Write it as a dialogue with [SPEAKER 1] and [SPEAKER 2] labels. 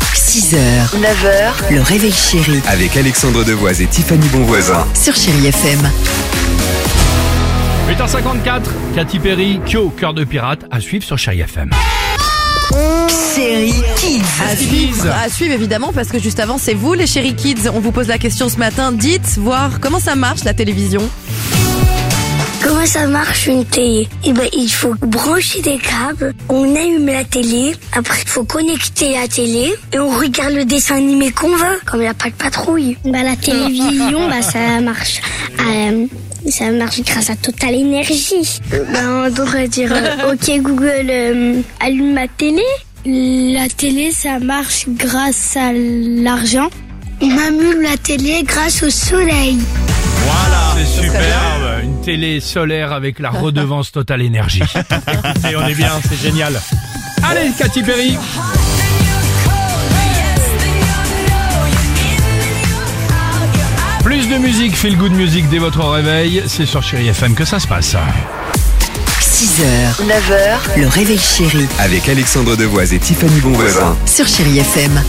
[SPEAKER 1] 6h, 9h, le réveil chéri
[SPEAKER 2] Avec Alexandre Devoise et Tiffany Bonvoisin.
[SPEAKER 1] sur Chéri FM.
[SPEAKER 3] 8h54, Katy Perry, Kyo, cœur de pirate, à suivre sur Chéri FM.
[SPEAKER 1] Chéri Kids.
[SPEAKER 4] À suivre, à suivre évidemment parce que juste avant c'est vous les chéri kids. On vous pose la question ce matin. Dites voir comment ça marche la télévision.
[SPEAKER 5] Comment ça marche une télé Eh ben, il faut brancher des câbles, on allume la télé, après il faut connecter la télé et on regarde le dessin animé qu'on veut, comme la Pâque Patrouille. Bah la télévision, bah ça marche. euh, ça marche grâce à Total Énergie. Euh, bah, on devrait dire euh, OK Google, euh, allume ma télé. La télé, ça marche grâce à l'argent. On allume la télé grâce au soleil.
[SPEAKER 3] Voilà, c'est superbe. Une télé solaire avec la redevance Total Énergie. Écoutez, on est bien, c'est génial. Allez, Katy Perry. Plus de musique, feel good music dès votre réveil, c'est sur Chéri FM que ça se passe.
[SPEAKER 1] 6h, 9h, le réveil chéri
[SPEAKER 2] Avec Alexandre Devoise et Tiffany Bonvoisin.
[SPEAKER 1] sur Chéri FM.